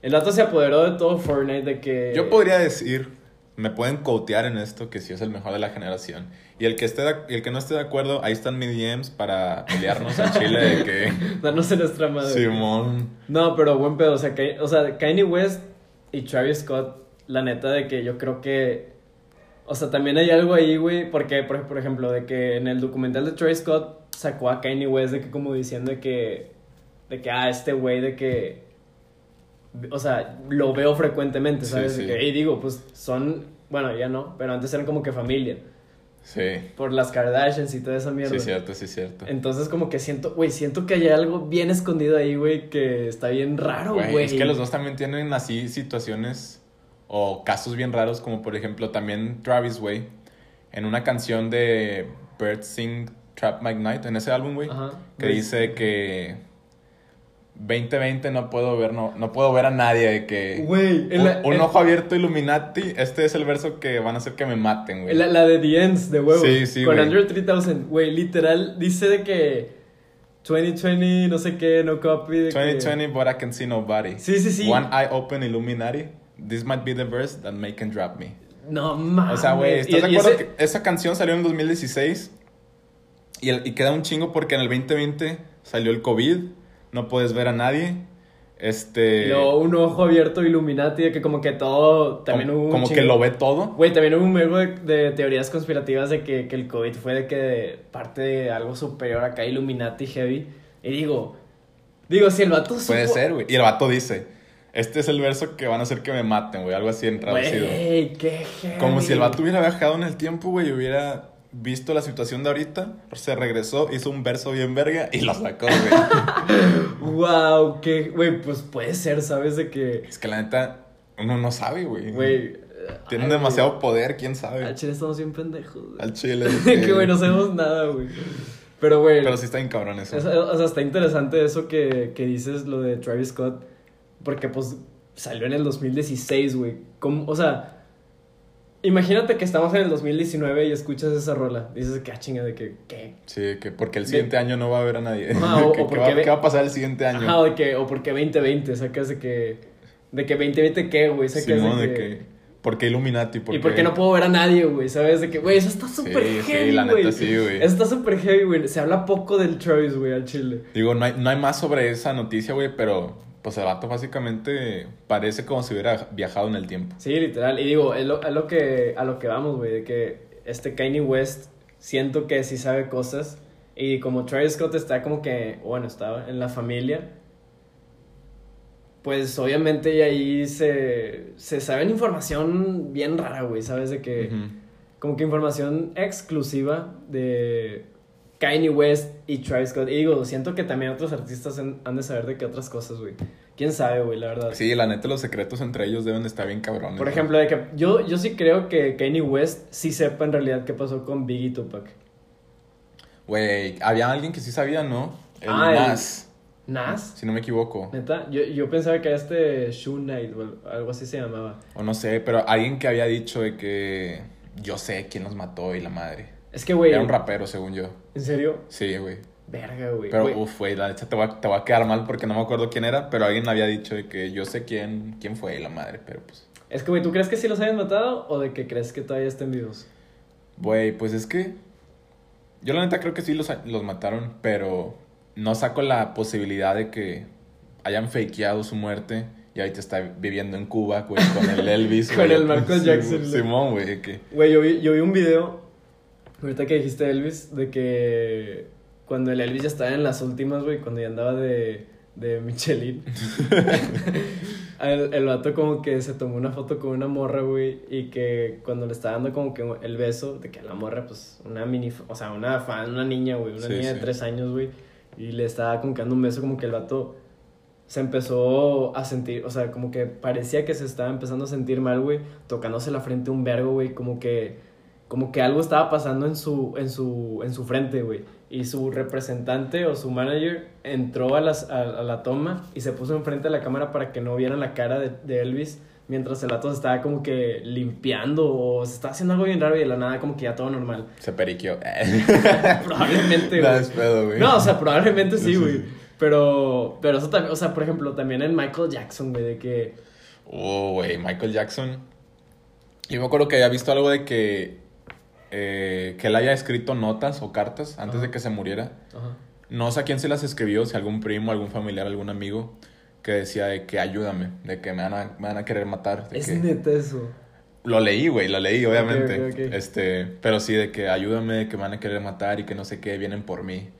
Speaker 2: El dato se apoderó de todo Fortnite, de que...
Speaker 1: Yo podría decir, me pueden cotear en esto que sí es el mejor de la generación. Y el que, esté de- y el que no esté de acuerdo, ahí están mis DMs para pelearnos en Chile de que...
Speaker 2: Darnos en nuestra madre.
Speaker 1: Simón...
Speaker 2: No, pero buen pedo. O sea, Ka- o sea, Kanye West y Travis Scott, la neta de que yo creo que... O sea, también hay algo ahí, güey, porque, por, por ejemplo, de que en el documental de Travis Scott sacó a Kanye West de que como diciendo de que... De que, ah, este güey de que... O sea, lo veo frecuentemente,
Speaker 1: Sí,
Speaker 2: ¿sabes?
Speaker 1: sí.
Speaker 2: De que, y digo, pues son... Bueno, ya no, pero antes eran como que familia.
Speaker 1: Sí.
Speaker 2: Por las Kardashians y toda esa mierda.
Speaker 1: Sí, cierto, sí, cierto.
Speaker 2: Entonces como que siento, güey, siento que hay algo bien escondido ahí, güey, que está bien raro,
Speaker 1: Güey,
Speaker 2: güey.
Speaker 1: es que los dos también tienen así situaciones o casos bien raros, como por ejemplo también Travis, güey, en una canción de Bird Sing Trap Magnite, en ese álbum, güey,
Speaker 2: Ajá.
Speaker 1: que dice que 2020 no puedo ver, no, no puedo ver a nadie, de que
Speaker 2: Güey, en
Speaker 1: un,
Speaker 2: la,
Speaker 1: un
Speaker 2: en-
Speaker 1: ojo abierto Illuminati, este es el verso que van a hacer que me maten, güey.
Speaker 2: en la, la de The Ends, de huevo.
Speaker 1: Sí, sí,
Speaker 2: Con
Speaker 1: güey.
Speaker 2: Andrew 3000, güey, literal, dice de que 2020, no sé qué, no copy. De que-
Speaker 1: 2020, but I can see nobody.
Speaker 2: Sí, sí, sí.
Speaker 1: One eye open Illuminati. This might be the verse that may can drop me.
Speaker 2: No, mames.
Speaker 1: O sea, güey, ¿estás
Speaker 2: Ah, Y-
Speaker 1: de
Speaker 2: y
Speaker 1: acuerdo
Speaker 2: ese-
Speaker 1: que esa canción salió en el 2016? Y, el- y queda un chingo porque en el 2020 salió el COVID, no puedes ver a nadie. Este.
Speaker 2: y luego un ojo abierto Illuminati, de que como que todo,
Speaker 1: com-
Speaker 2: también hubo
Speaker 1: como
Speaker 2: un
Speaker 1: que
Speaker 2: chingo-
Speaker 1: lo ve todo.
Speaker 2: Güey, también hubo un verbo de, de teorías conspirativas de que, que el COVID fue de que de parte de algo superior acá, Illuminati Heavy. Y digo, digo, si el vato
Speaker 1: Puede
Speaker 2: supo-
Speaker 1: ser, güey. Y el vato dice: Este es el verso que van a hacer que me maten, güey. Algo así en traducido.
Speaker 2: Güey, qué heavy.
Speaker 1: Como si el vato hubiera viajado en el tiempo, güey, y hubiera visto la situación de ahorita. Se regresó, hizo un verso bien verga y lo sacó, güey.
Speaker 2: Wow, qué. Güey, pues puede ser, ¿sabes? De que.
Speaker 1: es que la neta, uno no sabe, güey.
Speaker 2: Güey.
Speaker 1: Tienen
Speaker 2: ay,
Speaker 1: demasiado poder, quién
Speaker 2: güey,
Speaker 1: sabe.
Speaker 2: Al chile estamos bien pendejos. güey.
Speaker 1: Al chile.
Speaker 2: que, güey, no sabemos nada, güey. Pero, güey.
Speaker 1: Pero sí está bien cabrón eso.
Speaker 2: Es- o sea, está interesante eso que, que dices, lo de Travis Scott, porque pues salió en el 2016, güey. ¿Cómo- O sea, imagínate que estamos en el 2019 y escuchas esa rola. Dices, qué chinga, de que, ¿qué?
Speaker 1: Sí, que porque el siguiente año no va a haber a nadie.
Speaker 2: Ajá, o-
Speaker 1: ¿Qué,
Speaker 2: o
Speaker 1: qué
Speaker 2: porque
Speaker 1: va,
Speaker 2: ve-
Speaker 1: qué va a pasar el siguiente año?
Speaker 2: Ajá, de que, o porque 2020, sacas de que... De que 2020 qué, güey. O sea, que es
Speaker 1: Simón,
Speaker 2: de
Speaker 1: de que... ¿Por qué Illuminati? ¿Por
Speaker 2: ¿Y por qué no puedo ver a nadie, güey? ¿Sabes? De que, güey, eso está súper
Speaker 1: Sí, sí,
Speaker 2: heavy,
Speaker 1: la neta
Speaker 2: güey.
Speaker 1: sí, güey.
Speaker 2: Eso está súper heavy, güey. Se habla poco del Travis, güey, al chile.
Speaker 1: Digo, no hay, no hay más sobre esa noticia, güey, pero pues el vato básicamente parece como si hubiera viajado en el tiempo.
Speaker 2: Sí, literal. Y digo, es lo, es lo que, a lo que vamos, güey, de que este Kanye West siento que sí sabe cosas. Y como Travis Scott está como que, bueno, estaba en la familia, pues obviamente y ahí se, se saben información bien rara, güey, ¿sabes? De que,
Speaker 1: Ujú.
Speaker 2: como que información exclusiva de Kanye West y Travis Scott. Y digo, siento que también otros artistas han, han de saber de qué otras cosas, güey. ¿Quién sabe, güey, la verdad?
Speaker 1: Sí, la neta, los secretos entre ellos deben de estar bien cabrones.
Speaker 2: Por
Speaker 1: güey.
Speaker 2: ejemplo, de que yo, yo sí creo que Kanye West sí sepa en realidad qué pasó con Biggie y Tupac.
Speaker 1: Güey, había alguien que sí sabía, ¿no? El
Speaker 2: Ah, el-
Speaker 1: Nas,
Speaker 2: ¿Nas?
Speaker 1: si no me equivoco.
Speaker 2: ¿Neta? Yo, yo pensaba que era este Shoe Knight o al- algo así se llamaba.
Speaker 1: O no sé, pero alguien que había dicho de que yo sé quién los mató y la madre.
Speaker 2: Es que, güey,
Speaker 1: Era un rapero, según yo.
Speaker 2: ¿en serio?
Speaker 1: Sí, güey.
Speaker 2: Verga, güey.
Speaker 1: Pero,
Speaker 2: Güey,
Speaker 1: uff, güey, la neta te va, te va a quedar mal porque no me acuerdo quién era, pero alguien había dicho de que yo sé quién, quién fue y la madre, pero pues...
Speaker 2: Es que, güey, ¿tú crees que sí los hayan matado o de que crees que todavía estén vivos?
Speaker 1: Güey, pues es que. Yo la neta creo que sí los, los mataron, pero no saco la posibilidad de que hayan fakeado su muerte y ahorita está viviendo en Cuba, güey, con el Elvis.
Speaker 2: Con
Speaker 1: güey,
Speaker 2: el Michael
Speaker 1: sí,
Speaker 2: Jackson,
Speaker 1: güey,
Speaker 2: ¿no?
Speaker 1: Simón, güey, que.
Speaker 2: Güey, yo vi, yo vi un video, ahorita que dijiste Elvis, de que cuando el Elvis ya estaba en las últimas, güey, cuando ya andaba de, de Michelin, el, el vato como que se tomó una foto con una morra, güey, y que cuando le estaba dando como que el beso, de que a la morra, pues, una mini, o sea, una fan, una niña, güey, una
Speaker 1: Sí,
Speaker 2: niña de
Speaker 1: sí.
Speaker 2: tres años, güey, y le estaba como que dando un beso, como que el vato se empezó a sentir, o sea, como que parecía que se estaba empezando a sentir mal, güey, tocándose la frente un vergo, güey, como que como que algo estaba pasando en su en su en su frente, güey. Y su representante o su manager entró a, las, a, a la toma y se puso enfrente de la cámara para que no vieran la cara de, de Elvis mientras el vato se estaba como que limpiando o se estaba haciendo algo bien raro y de la nada como que ya todo normal.
Speaker 1: Se periqueó.
Speaker 2: Probablemente,
Speaker 1: No,
Speaker 2: güey.
Speaker 1: es pedo, güey.
Speaker 2: No, o sea, probablemente sí,
Speaker 1: Sí, sí,
Speaker 2: güey.
Speaker 1: sí.
Speaker 2: Pero, pero eso también, o sea, por ejemplo, también en Michael Jackson, güey, de que...
Speaker 1: Oh, güey, Michael Jackson. Yo me acuerdo que había visto algo de que. eh, que él haya escrito notas o cartas antes
Speaker 2: Ajá.
Speaker 1: de que se muriera.
Speaker 2: Ajá.
Speaker 1: No sé a quién se las escribió, si algún primo, algún familiar, algún amigo, que decía de que ayúdame, de que me van a, me van a querer matar. de
Speaker 2: Es
Speaker 1: que-
Speaker 2: neta eso.
Speaker 1: Lo leí, güey, lo leí, obviamente.
Speaker 2: ok, ok.
Speaker 1: Este, pero sí, de que ayúdame, de que me van a querer matar y que no sé qué, vienen por mí.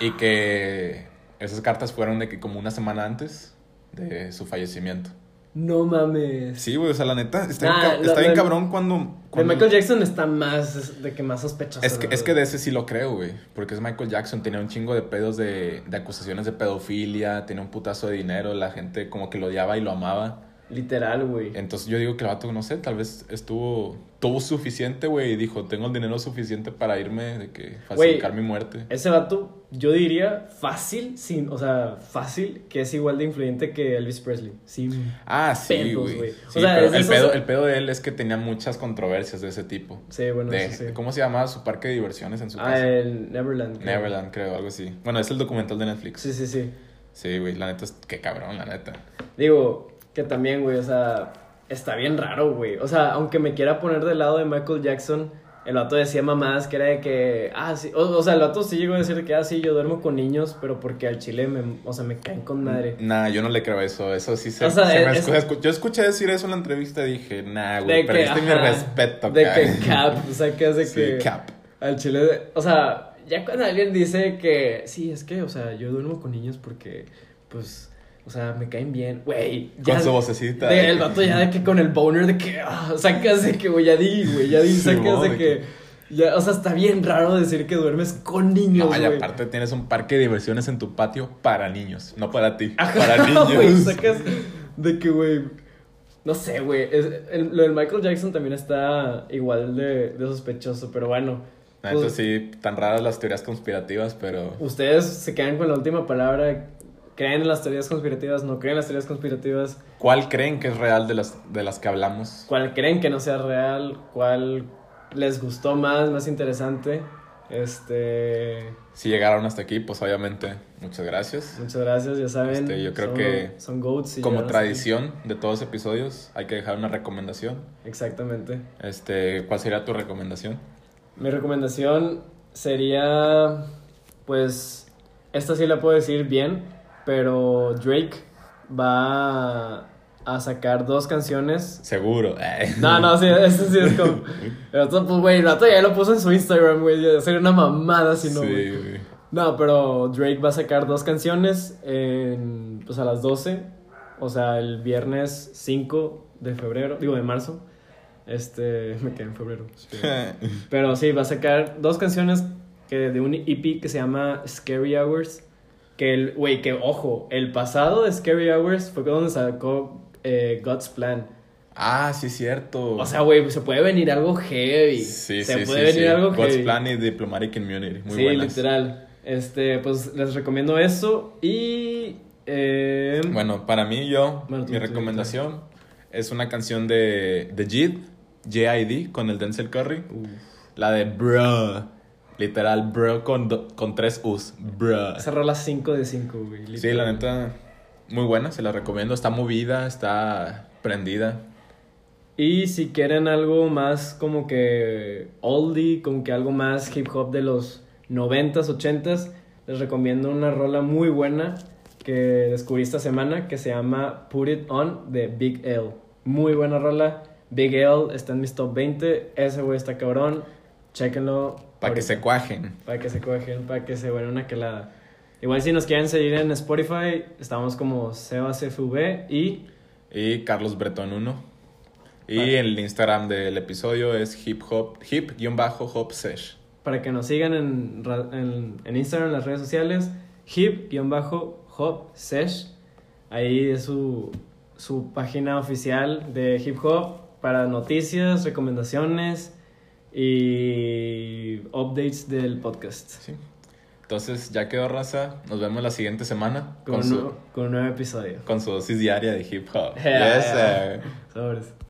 Speaker 1: Y que esas cartas fueron de que como una semana antes de su fallecimiento.
Speaker 2: No mames.
Speaker 1: Sí, güey, o sea, la neta, está, bien
Speaker 2: Nah,
Speaker 1: cab-
Speaker 2: Ah, lo-
Speaker 1: está bien
Speaker 2: lo-
Speaker 1: cabrón cuando...
Speaker 2: De
Speaker 1: cuando-
Speaker 2: Michael Jackson está más, de que más sospechoso.
Speaker 1: Es que,
Speaker 2: la
Speaker 1: es que de
Speaker 2: verdad.
Speaker 1: ese sí lo creo, güey. Porque es Michael Jackson. Tenía un chingo de pedos de, de acusaciones de pedofilia. Tenía un putazo de dinero. La gente como que lo odiaba y lo amaba.
Speaker 2: Literal, güey.
Speaker 1: Entonces yo digo que el vato, no sé, tal vez estuvo... Tuvo suficiente, güey. Y dijo, tengo el dinero suficiente para irme. De que facilitar mi muerte.
Speaker 2: Ese vato, yo diría fácil, sin, o sea, fácil, que es igual de influyente que Elvis Presley. Sin
Speaker 1: Ah, sí,
Speaker 2: pedos, güey.
Speaker 1: güey.
Speaker 2: O
Speaker 1: Sí,
Speaker 2: sea,
Speaker 1: pero
Speaker 2: es
Speaker 1: el,
Speaker 2: esos-
Speaker 1: pedo, el pedo de él es que tenía muchas controversias de ese tipo.
Speaker 2: Sí, bueno,
Speaker 1: De-
Speaker 2: eso sí.
Speaker 1: ¿Cómo se llamaba su parque de diversiones en su
Speaker 2: Ah,
Speaker 1: casa?
Speaker 2: el Neverland. creo.
Speaker 1: Neverland, creo, algo así. Bueno, es el documental de Netflix.
Speaker 2: Sí, sí, sí.
Speaker 1: Sí, güey, la neta es... Qué cabrón, la neta.
Speaker 2: Digo, que también, güey, o sea, está bien raro, güey. O sea, aunque me quiera poner del lado de Michael Jackson, el vato decía mamadas que era de que, ah, sí, o, o sea, el vato sí llegó a decir que, ah, sí, yo duermo con niños, pero porque al chile, me, o sea, me caen con madre.
Speaker 1: Nah, yo no le creo eso. Eso sí se,
Speaker 2: O sea,
Speaker 1: se me
Speaker 2: es-
Speaker 1: escu- escu- Yo escuché decir eso en la entrevista y dije, nah,
Speaker 2: De
Speaker 1: güey,
Speaker 2: que,
Speaker 1: perdiste mi
Speaker 2: ajá,
Speaker 1: respeto,
Speaker 2: De
Speaker 1: cabrón.
Speaker 2: que cap, o sea, que es de
Speaker 1: Sí,
Speaker 2: que
Speaker 1: cap.
Speaker 2: al chile, de- o sea, ya cuando alguien dice que, sí, es que, o sea, yo duermo con niños porque, pues, o sea, me caen bien, güey. ya-
Speaker 1: Con su eh. vocecita.
Speaker 2: De,
Speaker 1: de
Speaker 2: el
Speaker 1: que-
Speaker 2: vato ya de que con el boner de que ah, sacas de que güey, ya di, güey, ya di, sacas
Speaker 1: Simón,
Speaker 2: de
Speaker 1: de
Speaker 2: que ya, o sea, está bien raro decir que duermes con niños,
Speaker 1: No, y
Speaker 2: güey.
Speaker 1: aparte tienes un parque de diversiones en tu patio para niños, no para ti,
Speaker 2: Ajá,
Speaker 1: para
Speaker 2: güey,
Speaker 1: niños.
Speaker 2: sacas de que güey no sé, güey, es- el- lo del Michael Jackson también está igual de, de sospechoso, pero bueno.
Speaker 1: La neta,
Speaker 2: pues,
Speaker 1: sí, tan raras las teorías conspirativas, pero
Speaker 2: Ustedes se quedan con la última palabra. ¿Creen en las teorías conspirativas? ¿No creen en las teorías conspirativas?
Speaker 1: ¿cuál creen que es real de las de las que hablamos?
Speaker 2: cuál creen que no sea real, cuál les gustó más, más interesante. Este.
Speaker 1: Si llegaron hasta aquí, pues obviamente, muchas gracias.
Speaker 2: Muchas gracias, ya saben.
Speaker 1: Este, yo creo
Speaker 2: son-
Speaker 1: que
Speaker 2: Son goats. y
Speaker 1: Como
Speaker 2: llegaron
Speaker 1: tradición de todos los episodios, hay que dejar una recomendación.
Speaker 2: hasta aquí. Exactamente.
Speaker 1: Este, ¿cuál sería tu recomendación?
Speaker 2: Mi recomendación sería, pues, esta sí la puedo decir bien, pero Drake va a- a sacar dos canciones.
Speaker 1: Seguro. eh.
Speaker 2: No, no, sí, esto sí es como... Pero esto, pues, güey, el rato ya lo puso en su Instagram, güey, ya sería una mamada si no,
Speaker 1: Sí,
Speaker 2: güey.
Speaker 1: güey.
Speaker 2: No, pero Drake va a sacar dos canciones en, pues a las 12, o sea, el viernes 5 de febrero, digo de marzo. Este, me quedé en febrero. Pero sí, va a sacar dos canciones que de un EP que se llama Scary Hours. Que el, güey, que ojo, el pasado de Scary Hours fue donde sacó eh, God's Plan.
Speaker 1: ah, sí, es cierto.
Speaker 2: O sea, güey, se puede venir algo heavy.
Speaker 1: sí,
Speaker 2: se
Speaker 1: sí,
Speaker 2: puede
Speaker 1: sí,
Speaker 2: venir
Speaker 1: sí.
Speaker 2: algo
Speaker 1: God's
Speaker 2: heavy.
Speaker 1: Plan y Diplomatic Immunity. Muy
Speaker 2: sí,
Speaker 1: buenas.
Speaker 2: literal. Este, pues les recomiendo eso. Y. eh,
Speaker 1: Bueno, para mí, yo,
Speaker 2: Bueno, tú,
Speaker 1: mi
Speaker 2: tú, tú.
Speaker 1: recomendación es una canción de, de Jid, J.I.D., con el Denzel Curry.
Speaker 2: uh,
Speaker 1: La de Bro. Literal, Bro con, do- con tres U's. Bro.
Speaker 2: esa rola 5 de 5, güey.
Speaker 1: Sí, la
Speaker 2: literal.
Speaker 1: neta, muy buena, se la recomiendo. Está movida, está prendida.
Speaker 2: Y si quieren algo más como que oldie, como que algo más hip hop de los 90s, 80s, les recomiendo una rola muy buena que descubrí esta semana que se llama Put It On de Big L. Muy buena rola. Big L está en mis top 20. Ese güey está cabrón. Chéquenlo.
Speaker 1: Para que
Speaker 2: ahorita.
Speaker 1: se cuajen.
Speaker 2: Para que se cogen, para que se vuelva una quelada. Igual si nos quieren seguir en Spotify, estamos como SebasFV y
Speaker 1: Y Carlos Bretón 1. Y
Speaker 2: Vale.
Speaker 1: el Instagram del episodio es hip hop, hip-hop sesh.
Speaker 2: para que nos sigan en, ra- en, en Instagram, en las redes sociales, hip-hop sesh. Ahí es su, su página oficial de hip hop para noticias, recomendaciones y updates del podcast.
Speaker 1: Sí. Entonces ya quedó raza. Nos vemos la siguiente semana con,
Speaker 2: Con, un,
Speaker 1: su,
Speaker 2: nuevo- con un nuevo episodio.
Speaker 1: con su dosis diaria de hip hop.
Speaker 2: Yeah,
Speaker 1: Yes, eh.
Speaker 2: yeah.
Speaker 1: sir.
Speaker 2: Sobres.